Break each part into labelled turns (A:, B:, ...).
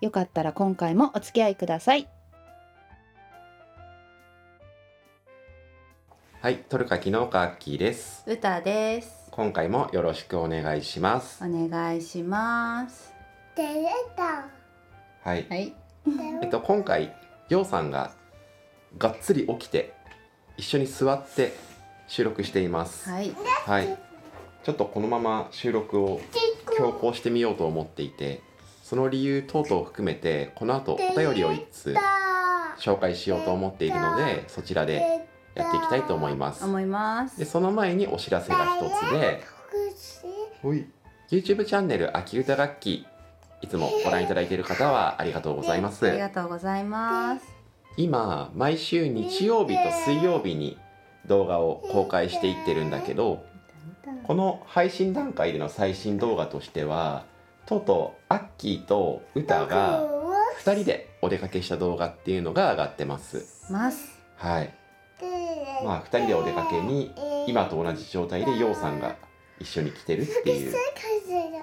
A: よかったら今回もお付き合いください
B: はいトルカキのアッキーです
A: 歌です
B: 今回もよろしくお願いします
A: お願いします
C: 出た。
B: はい、
A: はい
B: えっと今回ようさんががっつり起きて一緒に座って収録しています、
A: はいい
B: はい、ちょっとこのまま収録を強行してみようと思っていてその理由等々を含めてこの後お便りを一通紹介しようと思っているのでそちらでやっていきたいと思います
A: 思いま
B: ですその前にお知らせが一つではい YouTube チャンネル「秋歌楽器」いつもご覧いただいている方はありがとうございま
A: あ
B: す
A: りがとうございます
B: 今毎週日曜日と水曜日に動画を公開していってるんだけどこの配信段階での最新動画としてはとうとうアッキーと歌が2人でお出かけした動画っていうのが上がってます
A: ます
B: はいまあ2人でお出かけに今と同じ状態でようさんが一緒に来てるっていう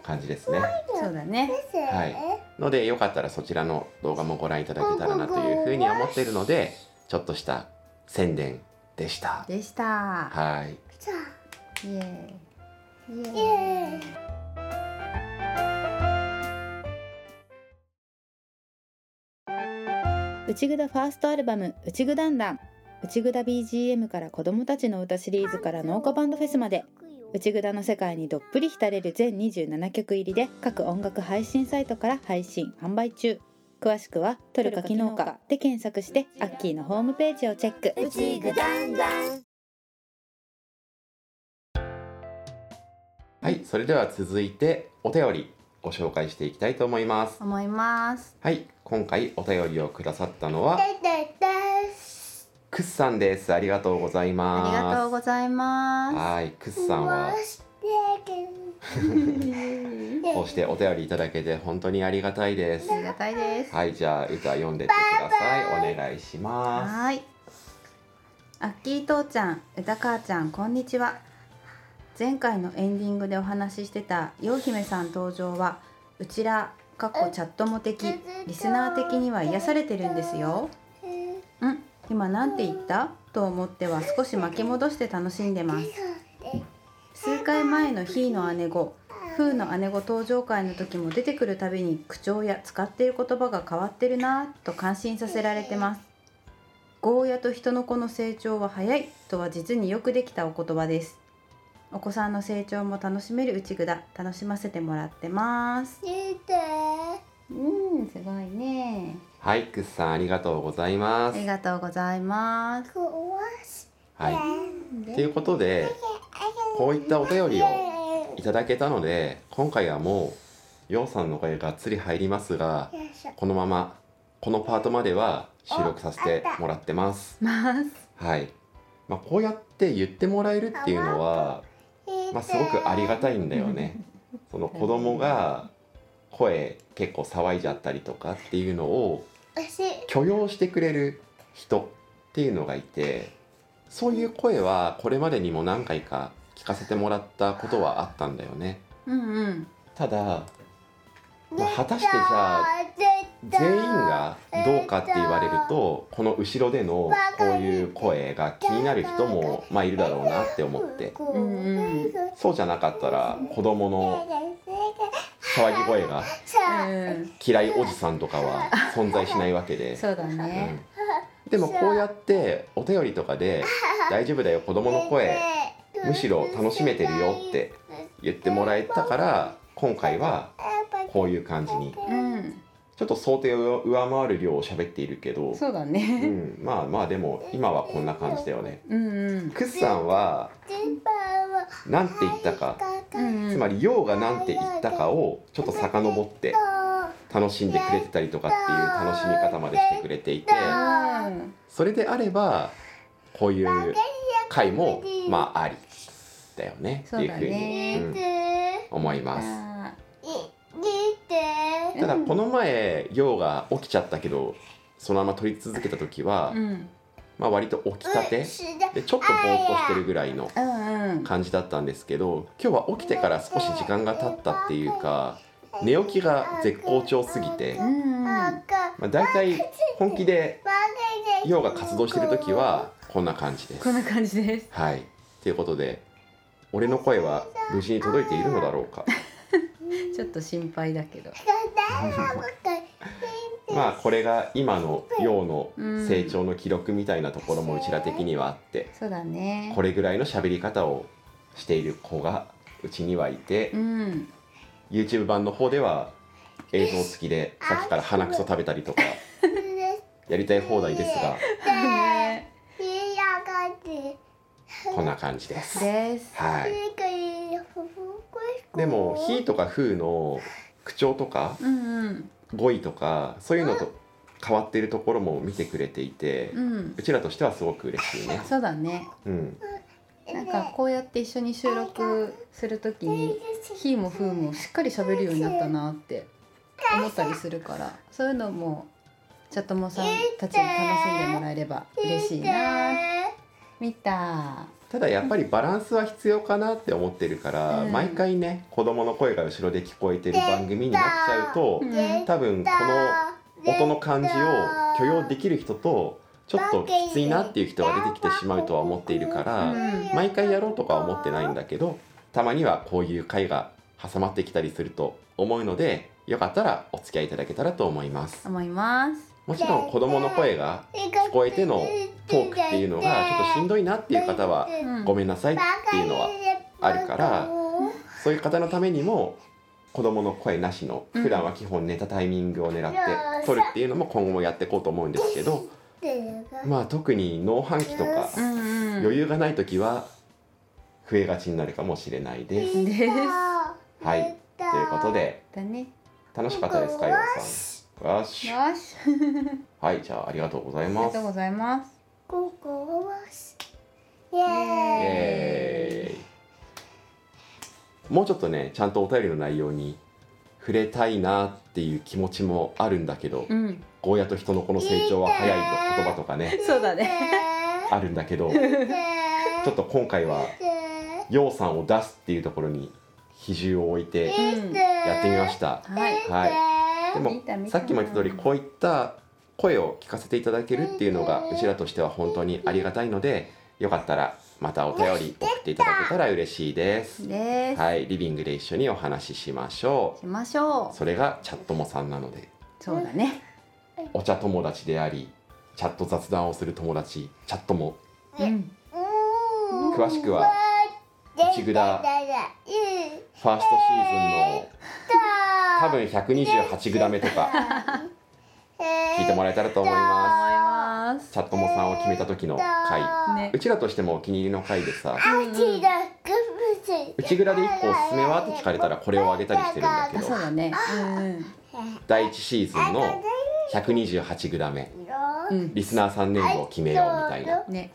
B: 感じですね
A: そうだね
B: はいのでよかったらそちらの動画もご覧いただけたらなというふうに思っているのでちょっとした宣伝でした
A: でした
B: はい
A: イエーイイエーイ内ぐだファーストアルバム「内ぐだんだん」内ぐだ BGM から子どもたちの歌シリーズから農家バンドフェスまで内ぐだの世界にどっぷり浸れる全27曲入りで各音楽配信サイトから配信販売中詳しくは「トルカ機能かで検索してアッキーのホームページをチェック
C: うちぐだんだん。
B: はいそれでは続いてお便りご紹介していきたいと思います
A: 思います
B: はい今回お便りをくださったのは
C: 出てです。
B: クッさんですありがとうござい
A: あ
B: ます
A: りがとうございま
B: はいクッさんはこうしてお便りいただけて本当にありがたいです
A: すありがたいです
B: はいじゃあ歌読んでってくださいお願いします
A: はーい。アッキー父ちゃん、歌母ちゃん、こんにちは。前回のエンディングでお話ししてた陽姫さん登場は、うちら、かっこチャットも的、リスナー的には癒されてるんですよ。うん、今なんて言ったと思っては少し巻き戻して楽しんでます。数回前のひーの姉御、ふーの姉御登場会の時も出てくるたびに口調や使っている言葉が変わってるなぁと感心させられてます。ゴーヤと人の子の成長は早いとは実によくできたお言葉です。お子さんの成長も楽しめるうちぐだ楽しませてもらってます。
C: 出て。
A: うん、すごいね。
B: はいクッさんありがとうござい
A: あ
B: ます
A: りがとうございます。
C: 壊し
B: はいということでこういったお便りを
C: て。
B: いただけたので今回はもうようさんの声がっつり入りますが
C: よいしょ。
B: このままこのパートまでは収録させてもらってます
A: ます。
B: はい、まあ、こうやって言ってもらえるっていうのは、まあ、すごくありがたいんだよねその子供が声結構騒いじゃったりとかっていうのを許容してくれる人っていうのがいてそういう声はこれまでにも何回か聞かせてもらったことはあったんだよね
A: うんうん。
B: ただ果たしてじゃあ全員がどうかって言われるとこの後ろでのこういう声が気になる人もまあいるだろうなって思って
A: うんうん
B: そうじゃなかったら子供の騒ぎ声
A: う
B: が
A: ん、
B: 嫌いおじさんとかは存在しないわけで、
A: そうだね。
B: うんでもこうやってお便りとかで「大丈夫だよ子供の声むしろ楽しめてるよ」って言ってもらえたから今回はこういう感じに
A: うん、
B: ちょっと想定を上回る量を喋っているけど。
A: そうだ
B: う
A: ね。
B: ん、まあまあでも今はこんな感じだよね。
A: うんうん。
B: クッさんは何て言ったか
A: うんうん
B: つまり「よう」が何て言ったかをちょっと遡って楽しんでくれてたりとかっていう楽しみ方までしてくれていて
A: うん
B: それであればこういう回もまあありだよねっていうふ
A: そうだ
B: うに
A: ね
B: うん思います。
A: あ
B: ただこの前陽が起きちゃったけどそのまま撮り続けた時は
A: ー、うん
B: まあ割と起きたてでちょっとぼーっとしてるぐらいの
A: うんうん
B: 感じだったんですけど今日は起きてから少し時間が経ったっていうか寝起きが絶好調すぎて、
A: うんうん
B: まあ、大体本気で陽が活動してる時はこんな感じです
A: こ。んな感じです
B: はいということで俺の声は無事に届いているのだろうか
A: ちょっと心配だけど
B: まあこれが今の陽の成長の記録みたいなところもうちら的にはあって
A: そうだね
B: これぐらいの喋り方をしている子がうちにはいて
A: うん
B: YouTube 版の方では映像付きでさっきから鼻くそ食べたりとかやりたい放題ですが
A: ね
B: こんな感じです。
A: です
B: はい、でも「ひ」とか「ふ」の口調とか
A: うんうん
B: 語彙とかそういうのと変わっているところも見てくれていて
A: うん
B: うちらとしてはすごく嬉しいね。
A: そうだね
B: うん、
A: なんかこうやって一緒に収録するときに「ひ」も「ふ」もしっかり喋るようになったなって思ったりするからそういうのもチャットモさんたちに楽しんでもらえれば嬉しいな見た
B: ただやっぱりバランスは必要かなって思ってるから、
A: うん
B: 毎回ね子供の声が後ろで聞こえてる番組になっちゃうと、
A: うん
B: 多分この音の感じを許容できる人とちょっときついなっていう人が出てきてしまうとは思っているから、
A: うん
B: 毎回やろうとかは思ってないんだけどたまにはこういう回が挟まってきたりすると思うのでよかったらお付き合いいただけたらと思います
A: 思います
B: もちろん子供の声が聞こえてのトークっていうのがちょっとしんどいなっていう方は
A: うん
B: ごめんなさいっていうのはあるからそういう方のためにも子供の声なしの
A: うん
B: 普段は基本寝たタイミングを狙って撮るっていうのも今後もやっていこうと思うんですけどまあ特に脳半期とか
A: うんうん
B: 余裕がない時は増えがちになるかもしれないです。
A: です
B: はいということで
A: だね
B: 楽しかったですかようさん。よし。
A: よし
B: はいじゃあありがとうござい
A: あり
B: ま
A: が
B: す。
A: とうご
B: イ
A: ざいます
C: ここはイエー
B: エ
C: イ
B: ーイもうちょっとねちゃんとお便りの内容に触れたいなっていう気持ちもあるんだけど、
A: うん
B: ゴーヤと人の子の成長は早いの言葉とかね
A: そうだね
B: あるんだけど
C: ち
B: ちょ
C: ょ
B: っと今回はようさんを出すっていうところに比重を置いてやってみました。
A: はい
C: は
B: で
A: 見た見
B: も
A: た
B: さっきも言った通りこういった声を聞かせていただけるっていうのがうちらとしては本当にありがたいのでよかったらまたお便り送っていただけたら嬉しいです。
A: です
B: はい、リビングで一緒にお話ししましょ
A: しましょ
B: う。それがチャットもさんなので
A: うそうだね
B: お茶友達でありチャット雑談をする友達チャットも
A: うん
B: 詳しくは
C: ち
B: ぐだファーストシーズンの多分128グラムとか聞いてもらえたらと思いま
A: 思います
B: す。チャットもさんを決めた時の回
A: ね
B: うちらとしてもお気に入りの回でさ
C: ちだくむせ
B: 内蔵で1個おすすめはって聞かれたらこれをあげたりしてるんだけ
A: あ
B: ど
A: そうだねうん
B: 第1シーズンの128グラメ
A: うんうん
B: リスナー3年号を決めようみたいな
A: ね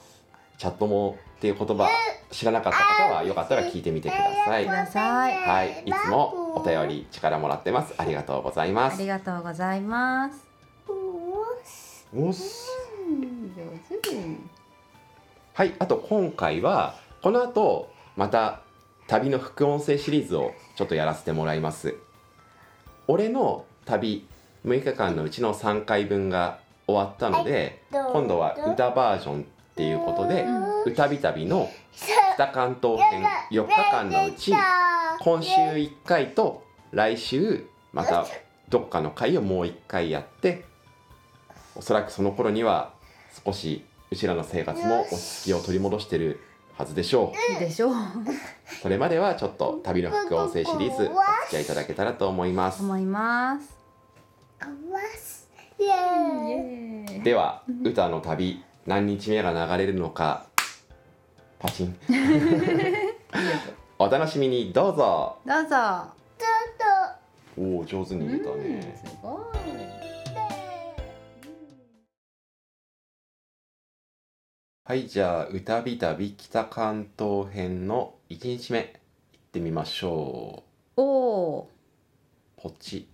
B: チャットもっていう言葉知らなかった方はよかったら聞いてみてください
A: ください
B: はいいつもお便り力もらってますありがとうございま
A: あ
B: す
A: りがとうございます
B: おっす
A: うん上手
B: はいあと今回はこの後また旅の副音声シリーズをちょっとやらせてもらいます俺の旅6日間のうちの3回分が終わったので今度は歌バージョンっていうことで「歌びたび」の北関東編4日間のうち今週1回と来週またどっかの回をもう1回やっておそらくその頃には少しうちらの生活も落ち着きを取り戻してるはずでしょ
A: でしょう
B: うそれまではちょっと旅の副音声シリーズお付き合いいただけたらと思います
A: 思います
C: イエーイ
B: では歌の旅何日目が流れるのかパ チンお楽しみにどうぞ
A: どうぞ
C: ちょっ
B: おお上手に言えた
A: うん
B: ね
A: すごい
B: はいじゃあ歌びたび北関東編の1日目行ってみましょう
A: おお
B: ポチ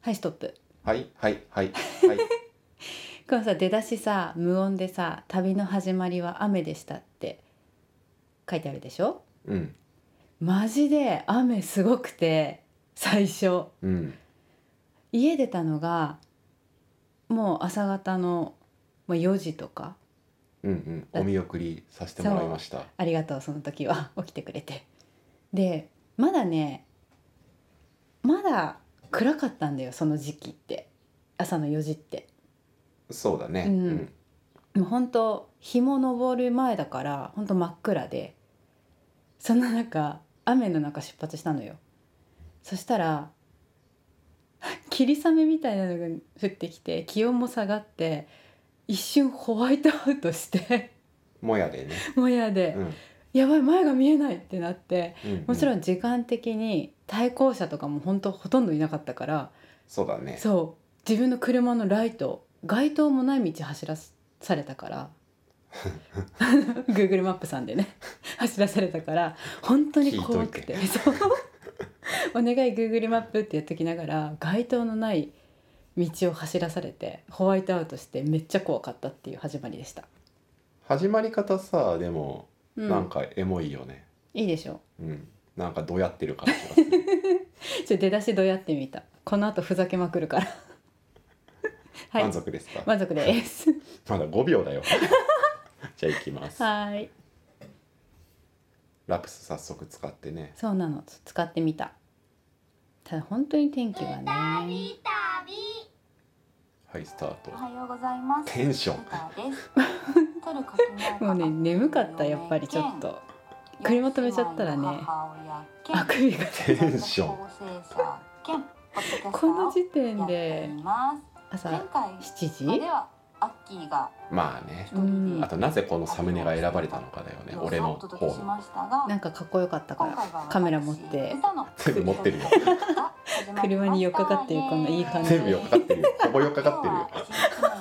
A: はいストップ
B: はいはいはい はい
A: このさ出だしさ無音でさ「旅の始まりは雨でした」って書いてあるでしょ
B: うん
A: マジで雨すごくて最初
B: うん
A: 家出たのがもう朝方のまあ4時とか
B: うんうんお見送りさせてもらいました
A: ありがとうその時は 起きてくれてでまだねまだ暗かったんだよその時期って朝の4時って
B: そうだね
A: うんもう本当日も昇る前だから本当真っ暗でそんな中雨の中出発したのよそしたら霧雨みたいなのが降ってきて気温も下がって一瞬ホワイトアウトして
B: もやでね
A: もやで、
B: うん
A: やばい前が見えないってなって
B: うんうん
A: もちろん時間的に対向車とかも本当ほとんどいなかったから
B: そうだね
A: そう自分の車のライト街灯もない道走らされたから Google マップさんでね走らされたから本当に怖くて
B: 聞
A: そうお願い Google マップってやっときながら街灯のない道を走らされてホワイトアウトしてめっちゃ怖かったっていう始まりでした、
B: 始まり方さでも
A: うん、
B: なんかエモいよね
A: いいでしょ
B: うんなんかどうやってる感じがする
A: ちょ出だしどうやってみたこの後ふざけまくるから はい
B: 満足ですか
A: 満足 です
B: まだ5秒だよ じゃあ行きます
A: はい
B: ラプス早速使ってね
A: そうなのつ使ってみたただ本当に天気がね
B: はいスタート
D: おはようございます。
B: テンション
D: ルカです。トルコ
A: もうね眠かったやっぱりちょっ。と車止めちゃったらねあくびが
B: テンション
D: ン
A: この時点で
D: 前
A: 朝
D: 回
A: 7
D: で
A: 時
D: はアッキーが
B: まあね
D: 一人
B: あ
D: で
B: となぜこのサムネが選ばれたのかだよね俺の
D: お届けし
B: 方の
D: ましたが
A: なんかかっこよかったか
D: 今回は
A: ら
D: 私
A: カメラ持って
D: 歌の
B: 全部持ってるよ
A: 車に寄っかかってるこのいい感じ
B: 全部よっかかってるよほぼよっかかってるよ
D: 今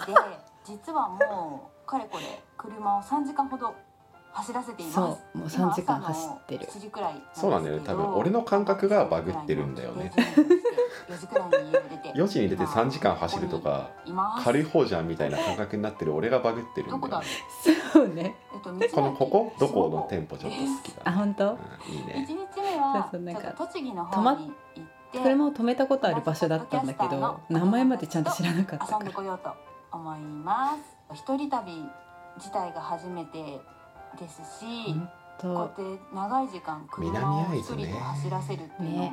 D: 日は一日目で実はもうかれこれ車を3時間ほど走らせています
A: そうもう3時間走ってる
D: 今朝の7時くらいですけど
B: そうなんだよね多分俺の感覚がバグってるんだよね
D: 4時くらいに家を出て
B: 4時に出て3時間走るとか
D: います
B: 軽い方じゃんみたいな感覚になってる俺がバグってる
D: ど
B: んだ
D: こだ
B: よ
D: ろう
B: ね
A: そうね
D: えっと道の駅
B: このここどこのテンポちょっと好き
A: あ
B: だ、
A: 本当
B: うん、いい
D: 一
B: ね
D: 日目は
A: そうそうなんか
D: ちょっと栃木の
A: 止ま
D: 方
A: っ
D: に行って
A: 車を止めたことある場所だったんだけど名前までちゃんと知らなかった
D: 遊
A: か
D: んで
A: ら
D: こようと思います一人旅自体が初めてですし
A: 本
D: こ
A: 当
D: うやって長い時間車を一人で走らせるっていうの
A: ね
D: も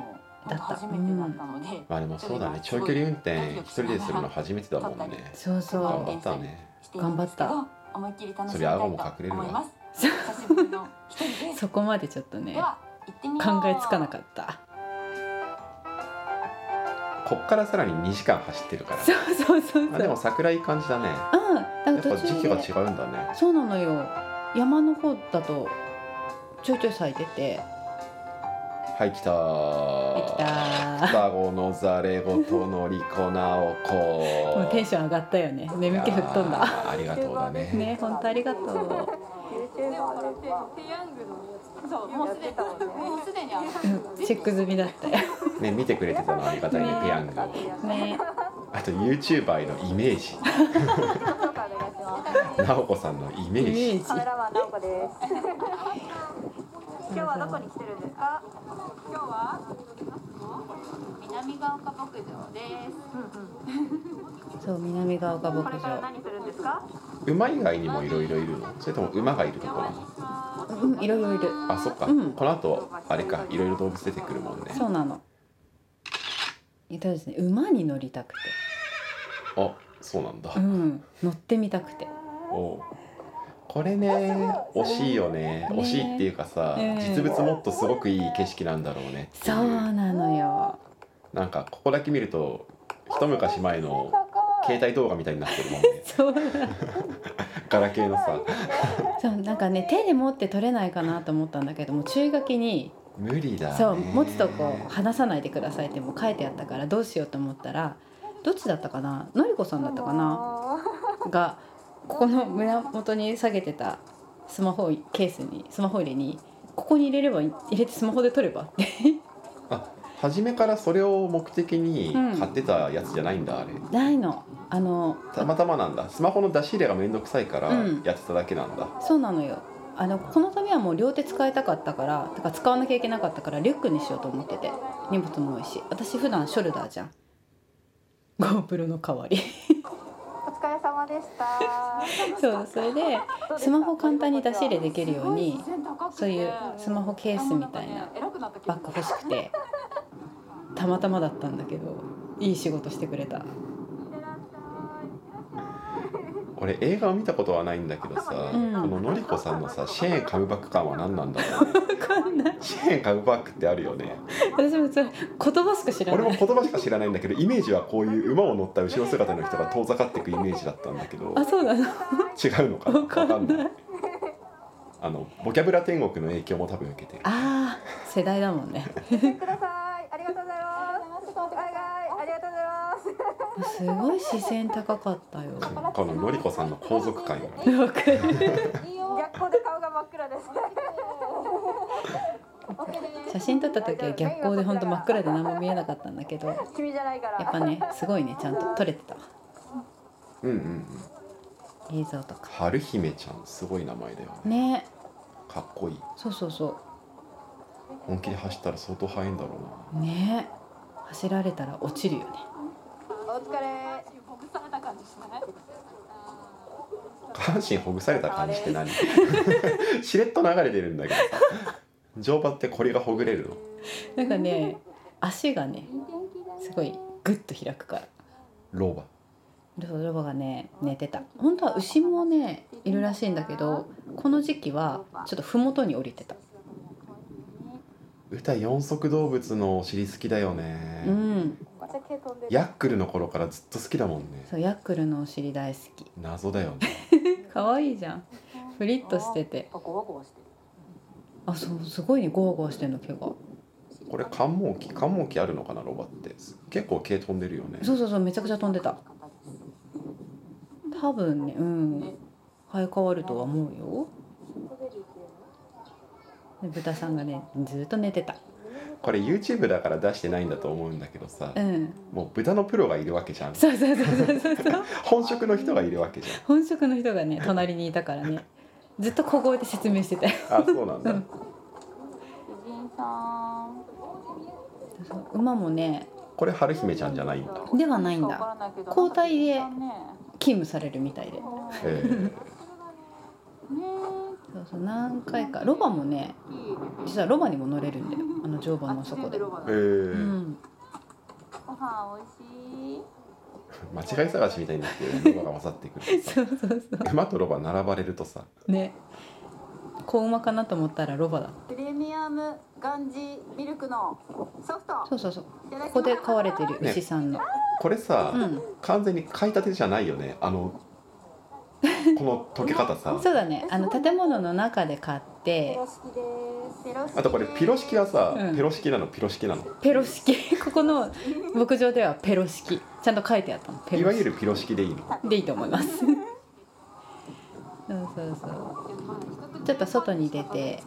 D: 本当初めてだったので、
B: まあでもそうだね長距離運転一人でするの初めてだもんね
A: そうそ
B: 頑
A: う
B: 張ったね
D: しているんですけど
A: 頑
D: 思いっきり楽し
B: そ
D: み
B: り
D: た
B: ゃ
D: いと
B: 顎も隠れるわ
D: 思いま す久しぶりの一人です
A: そこまでちょっとね
D: では行ってみよう
A: 考えつかなかった
B: こっからさらに2時間走ってるから
A: そうそうそうそう
B: あでも桜いい感じだねや
A: うんだ
B: っ
A: か
B: ぱ
A: ら
B: 時
A: 途
B: 期
A: 中
B: が
A: で
B: 違うんだね
A: そうなのよ山の方だとちょいちょい咲いてて
B: はい来た
A: できたー
B: 双子のざれ言のりこなおこ
A: もうテンシ
B: ョン
A: ョン上がったよね眠気吹っ飛んだ
B: あーありがとうだね
A: ね本当ありがと う
D: そうもうすでにもうすでにあの
A: うんチェック済みだったよ
B: ね見てくれてたのありがたいねペヤングを
A: ね
B: あと YouTuber へのイメージなおこさんのイメ
A: イメ
B: ージ
A: ージ
E: カメラマンなおこです。今日はどこに来てるんですか。今日は。
D: 南ヶ丘牧場です
A: そう南ヶ丘牧
E: これから
A: 場
E: 何するんですか。
B: 馬以外にもいろいろいるのそれとも馬がいるところなの
A: うんいろいろいる
B: あそっか、
A: うん
B: この後あれかいろいろ動物出てくるもんね
A: そうなのえっとですね馬に乗りたくて
B: あそうなんだ、
A: うん乗ってみたくて
B: おうこれね惜しいよね
A: ね
B: 惜しいっていうかさ、
A: うん
B: 実物もっとすごくいい景色なんだろうねってい
A: そうなのよ
B: なんかここだけ見ると一昔前の携帯動画みたいになってるもん ね
A: そう
B: ガラケーのさ
A: そうなんかね手で持って取れないかなと思ったんだけども注意書きに
B: 無理だね
A: そう持つとこう離さないでくださいってもう書いてあったからどうしようと思ったらどっちだったかなのりこさんだったかながここの胸元に下げてたスマホをケースにスマホ入れにここに入れればいい入れてスマホで撮ればって
B: あ初めからそれを目的に
A: うん
B: 買ってたやつじゃないんだ、あれ
A: ないのあの
B: たまたまなんだスマホの出し入れがめんどくさいから
A: うん
B: やってただけなんだ、
A: そうなのよあのこのためはもう両手使いたかったからだから使わなきゃいけなかったからリュックにしようと思ってて荷物も多いし私普段ショルダーじゃん GoPro の代わり
E: お疲れ様でした。
A: そうそれでスマホ簡単に出し入れできるように
D: すごい自然高くて
A: そういうスマホケースみたい
D: あのん
A: な
D: かね偉くなった気
A: バ
D: 分
A: ッグ欲しくてたまたまだったんだけどいい仕事してくれた
B: 俺映画を見たことはないんだけどさ、
A: うん
B: こののりこさんのさシェーンカムバック感は何なんだろうね
A: 分かんない
B: シェーンカムバックってあるよね
A: 私もそれ言葉しか知ら
B: 俺
A: な
B: も
A: い
B: 言葉しか知らないんだけどイメージはこういう馬を乗った後ろ姿の人が遠ざかっていくイメージだったんだけど
A: あそうなの
B: 違うのかな
A: わかんない
B: あのボキャブラ天国の影響も多分受けてる
A: あー世代だもんね
E: ください。ありがとうございます。お願い。ありがとうございます。
A: すごい視線高かったよ
B: こののりこさんの皇族感よね
A: わかる
E: 逆光で顔が真っ暗 です。
A: 写真撮った時は逆光でほんと真っ暗で何も見えなかったんだけどや
E: 君じゃないから。
A: っぱねすごいねちゃんと撮れてたわ
B: うんうんうん
A: 映像とか
B: 春姫ちゃんすごい名前だよね
A: ね
B: かっこいい
A: そうそうそ
B: 本気で走ったら相当速いんだろうな
A: うね走られたら落ちるよね
E: お疲れ。
D: ほぐされた感じしない
B: 下半身ほぐされた感じっ て何しれっと流れてるんだけどさ乗馬ってこれがほぐれるの
A: なんかね足がねすごいグッと開くから
B: 老婆
A: そうロボがね寝てた本当は牛もねいるらしいんだけどこの時期はちょっと麓に降りてた
B: 歌四足動物のお尻好きだよね、
A: うん
E: めっちゃ毛飛んでる。
B: ヤックルの頃からずっと好きだもんね
A: そうヤックルのお尻大好き
B: 謎だよね
A: 可愛いじゃんフリッとしてて
D: ゴワゴワしてる
A: あそうすごいねゴワゴワしてんの毛が
B: これ寒毛期寒毛期あるのかなロバって結構毛飛んでるよね
A: そうそうそうめちゃくちゃ飛んでた多分ねうん生え変わるとは思うよで豚さんがねずっと寝てた
B: これ YouTube だから出してないんだと思うんだけどさ、
A: うん
B: もう豚のプロがいるわけじゃん
A: そうそうそうそうそうそう
B: 本職の人がいるわけじ
A: 本職の人がね隣にいたからねずっと小声で説明してたよ
B: ゃんあそうなんだ、
A: うん
D: 美人さん
A: そう馬もね
B: これ春姫ちゃんじゃないんだ、
A: ではないんだ
D: わからないけど
A: 交代で
D: なんか美人さんね
A: 勤務されるみたいで
B: えー
D: ね
A: そうそう何回かロバもね実はロバにも乗れるんだよあの乗馬のそこで
D: ご飯
B: え
A: う
B: ー
A: ん
D: 美味しい
B: 間違い探しみたいになってるロバが混ざってくるとさ
A: そうそうそう
B: 馬とロバ並ばれるとさ
A: ね子馬かなと思ったらロバだった
E: プレミアムガンジミルクのソフト。
A: そうそうそうここで飼われてる牛さんの、
B: これさ、
A: うん
B: 完全に買いたてじゃないよねあのこの溶け方さ
A: そうだねあの建物の中で飼って
E: 式です。ペロ式
B: あとこれピロ式はさ、
A: うん
B: ペロ式なのピロ式なの
A: ペロ式 ここの牧場ではペロ式ちゃんと書いてあったのペ
B: い
A: ロ
B: わ
A: 式
B: ゆるピロ式でいいの
A: でいいと思いますそうそうそうちょっと外に出て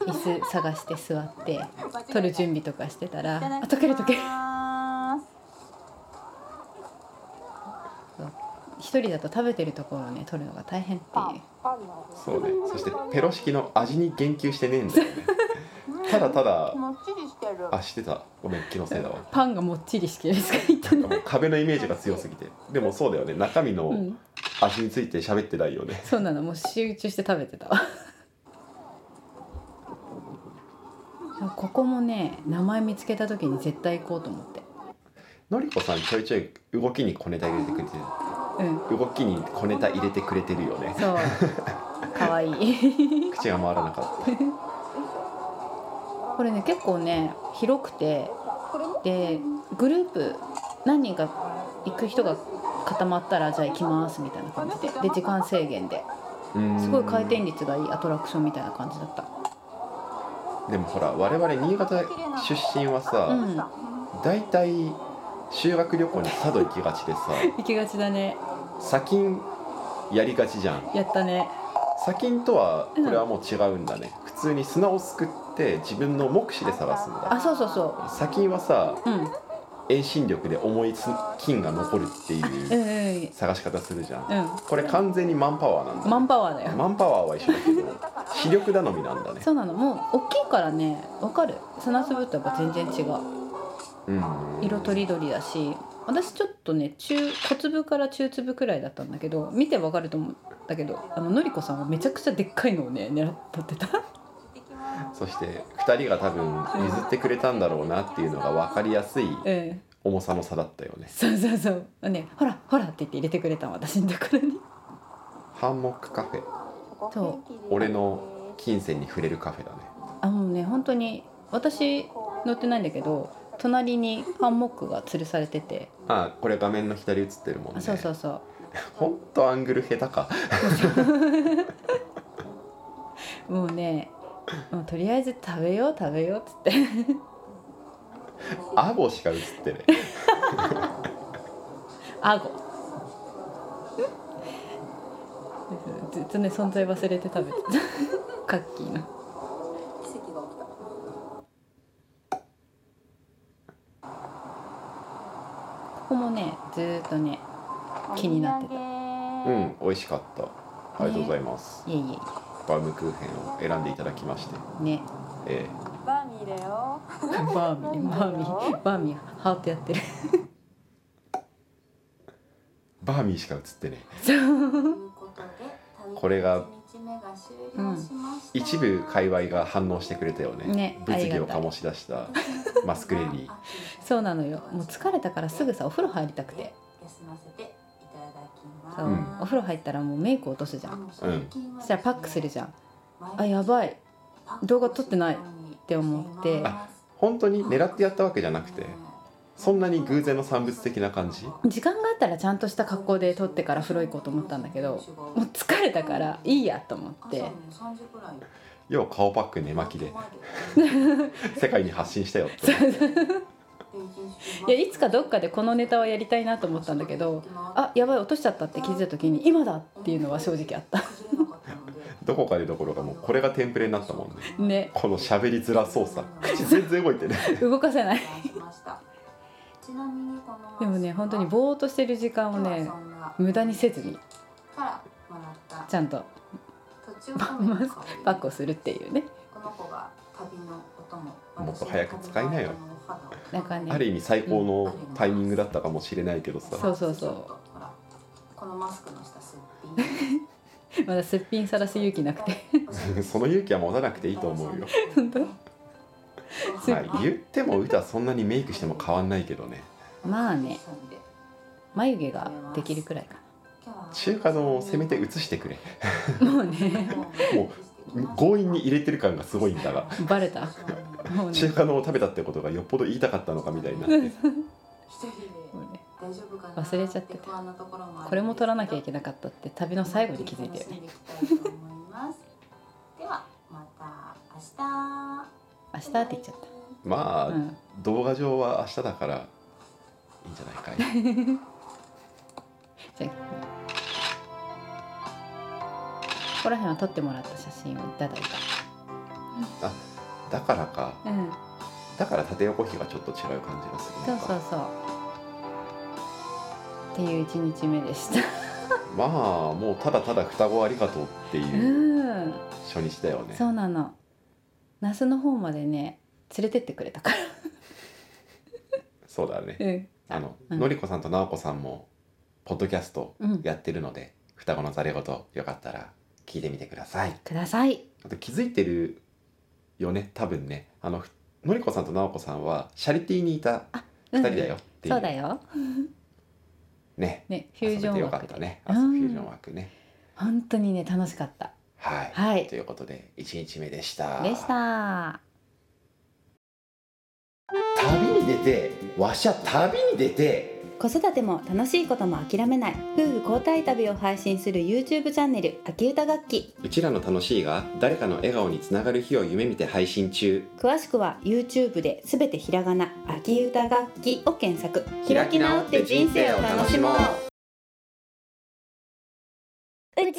A: 椅子探して座って撮る準備とかしてたらあ溶ける溶けるそう一人だと食べてるところをね撮るのが大変っていう
B: そうねそしてペロ式の味に言及してねえんだ よねただただ
D: もっちりしてる
B: あしてたごめん気のせいだわ
A: パンがもっちりしてるしか言って
B: な
A: なんい
B: かもう壁のイメージが強すぎてでもそうだよね中身
A: う
B: の
A: ん
B: 味について喋ってないよね、
A: そうなのもう集中して食べてたわそうここもね名前見つけた時に絶対行こうと思って
B: のりこさんちょいちょい動きに小ネタ入れてくれてる
A: うん
B: 動きに小ネタ入れてくれてるよね
A: そうかわいい
B: 口が回らなかっ
A: これね結構ね広くてでグループ何人か行く人が固まったらじゃあ行きますみたいな感じでで時間制限で
B: た
A: すごい回転率がいいアトラクションみたいな感じだった
B: でもほら我々新潟出身はさ、
A: うん
B: 大体修学旅行に佐渡行きがちでさ
A: 行きがちだね
B: 砂金やりがちじゃん
A: やったね
B: 砂金とはこれはもう違うんだね、普通に砂をすくって自分の目視で探すんだ
A: あそうそうそ
B: 砂金はさ
A: ううん
B: 遠心力で重い金が残るって
A: う
B: いうん
A: うん
B: 探し方するじゃん、
A: う
B: これ完全にマンパワーなんだ
A: んマンパワーだよ
B: マンパワーは一緒だけど視力頼みなんだね
A: そうなのもう大きいからねわかる砂粒とやっぱ全然違う
B: うん
A: 色とりどりだし私ちょっとね中小粒から中粒くらいだったんだけど見てわかると思うんだけどあののりこさんはめちゃくちゃでっかいのをね狙ってた
B: そして2人が多分譲ってくれたんだろうなっていうのが分かりやすい
A: うん
B: 重さの差だったよね
A: そうそうそうねほらほらって言って入れてくれたの私のところに
B: ハンモックカフェ
A: そ
B: 俺の金銭に触れるカフェだね
A: あもうね本当に私乗ってないんだけど隣にハンモックが吊るされてて、
B: あこれ画面の左映ってるもん
A: あ
B: ね
A: そうそうそう
B: ほんとアングル下手か
A: もうねもうとりあえず食べよう食べようっつって
B: アゴしか映ってない
A: あごずっとね存在忘れて食べてたカッキーの
D: 奇跡が起きた
A: ここもねずーっとね気になってた
B: う
D: うん
B: 美味しかったありがとうございます、
A: いえい
B: バウムクーヘンを選んでいただきまして
A: えね
B: え
D: バーミーだよ
A: バーミーバーミーバーミーハートやってる
B: ーバーミーしか映ってね
D: ということで
B: これが
D: 旅一日目が終了しました
B: 一部界隈が反応してくれたよね
A: ね
B: 物議
A: あり
B: を
A: がたい
B: 醸し出したマスクレディ
A: そうなのよもう疲れたからすぐさお風呂入りたくて
D: 休ませていただきます
A: そう、
B: うん
A: お風呂入ったらもうメイク落とすじゃん
B: うん
A: そしたらパックするじゃんあ
D: あ
A: やばい動画撮ってない
D: って
A: 思って
B: あ本当に狙ってやったわけじゃなくてそんなに偶然の産物的な感じ
A: 時間があったらちゃんとした格好で撮ってから風呂行こうと思ったんだけどもう疲れたからいいやと思って
B: 要は顔パック寝巻きで世界に発信したよって
A: いやいつかどっかでこのネタはやりたいなと思ったんだけどあやばい落としちゃったって気づいた時に今だっていうのは正直あった
B: どこかでどころかもうこれがテンプレになったもんね
A: ね
B: この喋りづら操作口全然動いてない
A: 動かせないで
D: で
A: もね本当にぼーっとしてる時間をね無駄にせずにちゃんとパックをするっていうね
B: もっと早く使いなよ
A: なんかね
B: ある意味最高のタイミングだったかもしれないけどさ
A: そうそうそう
D: ほらこのマスクの下すっぴん
A: まだすっぴんさらす勇気なくて
B: その勇気は持たなくていいと思うよ、
A: 本当
B: まあ、言っても歌はそんなにメイクしても変わんないけどね
A: まあね眉毛ができるくらいか
B: 中華丼をせめて映してくれ
A: なもうね
B: もう強引に入れてる感がすごいんだが
A: バレ たもうね
B: 中華丼を食べたってことがよっぽど言いたかったのかみたいになって
A: もうね
D: 大丈夫かな
A: 忘れちゃってた
D: 不安なところもあるんですけど
A: これも撮らなきゃいけなかったって旅の最後に気づいたよ ね
D: 楽しんでいきたいと思いますではまた明日
A: 明日って言っちゃっ
B: まあ、
A: た、うん、
B: 動画上は明日だからいいんじゃないかい
A: じゃあここら辺は撮ってもらった写真をいただい
B: だからか
A: たうん
B: だから縦横比がちょっと違う感じがする
A: そう
B: の
A: そう
B: か
A: そうっていう一日目でした
B: まあもうただただ双子ありがとうって
A: う
B: いうん初日だよね
A: そうなの那須の方までね連れてってくれたから
B: そうだね
A: うん
B: あの、
A: うん
B: のりこさんとなおこさんもポッドキャスト
A: うん
B: やってるので、双子のざれ言よかったら聞いてみてください
A: ください
B: あと気づいてるよね多分ねあのふのりこさんとなおこさんはシャリティーにいた
A: う
B: 2
A: ん
B: 人だよっていう、
A: そうだよ
B: ね
A: ねフュ
B: 遊
A: ー
B: べ
A: ジョ
B: て
A: ン
B: よかっ
A: 枠で、
B: たね
A: う
B: あそうフュージョン
A: ん、
B: 枠ね、
A: 本当にね楽しかった
B: はい、
A: はい
B: ということで1日目でした
A: でした
B: 旅に出てわしゃ旅に出て
A: 子育ても楽しいことも諦めない夫婦交代旅を配信する YouTube チャンネル「秋歌楽器
B: うちらの楽しいが誰かの笑顔につながる日を夢見て配信中」
A: 詳しくは YouTube で「すべてひらがな秋歌楽器」を検索開き直って人生を楽しもう
F: うちぐだ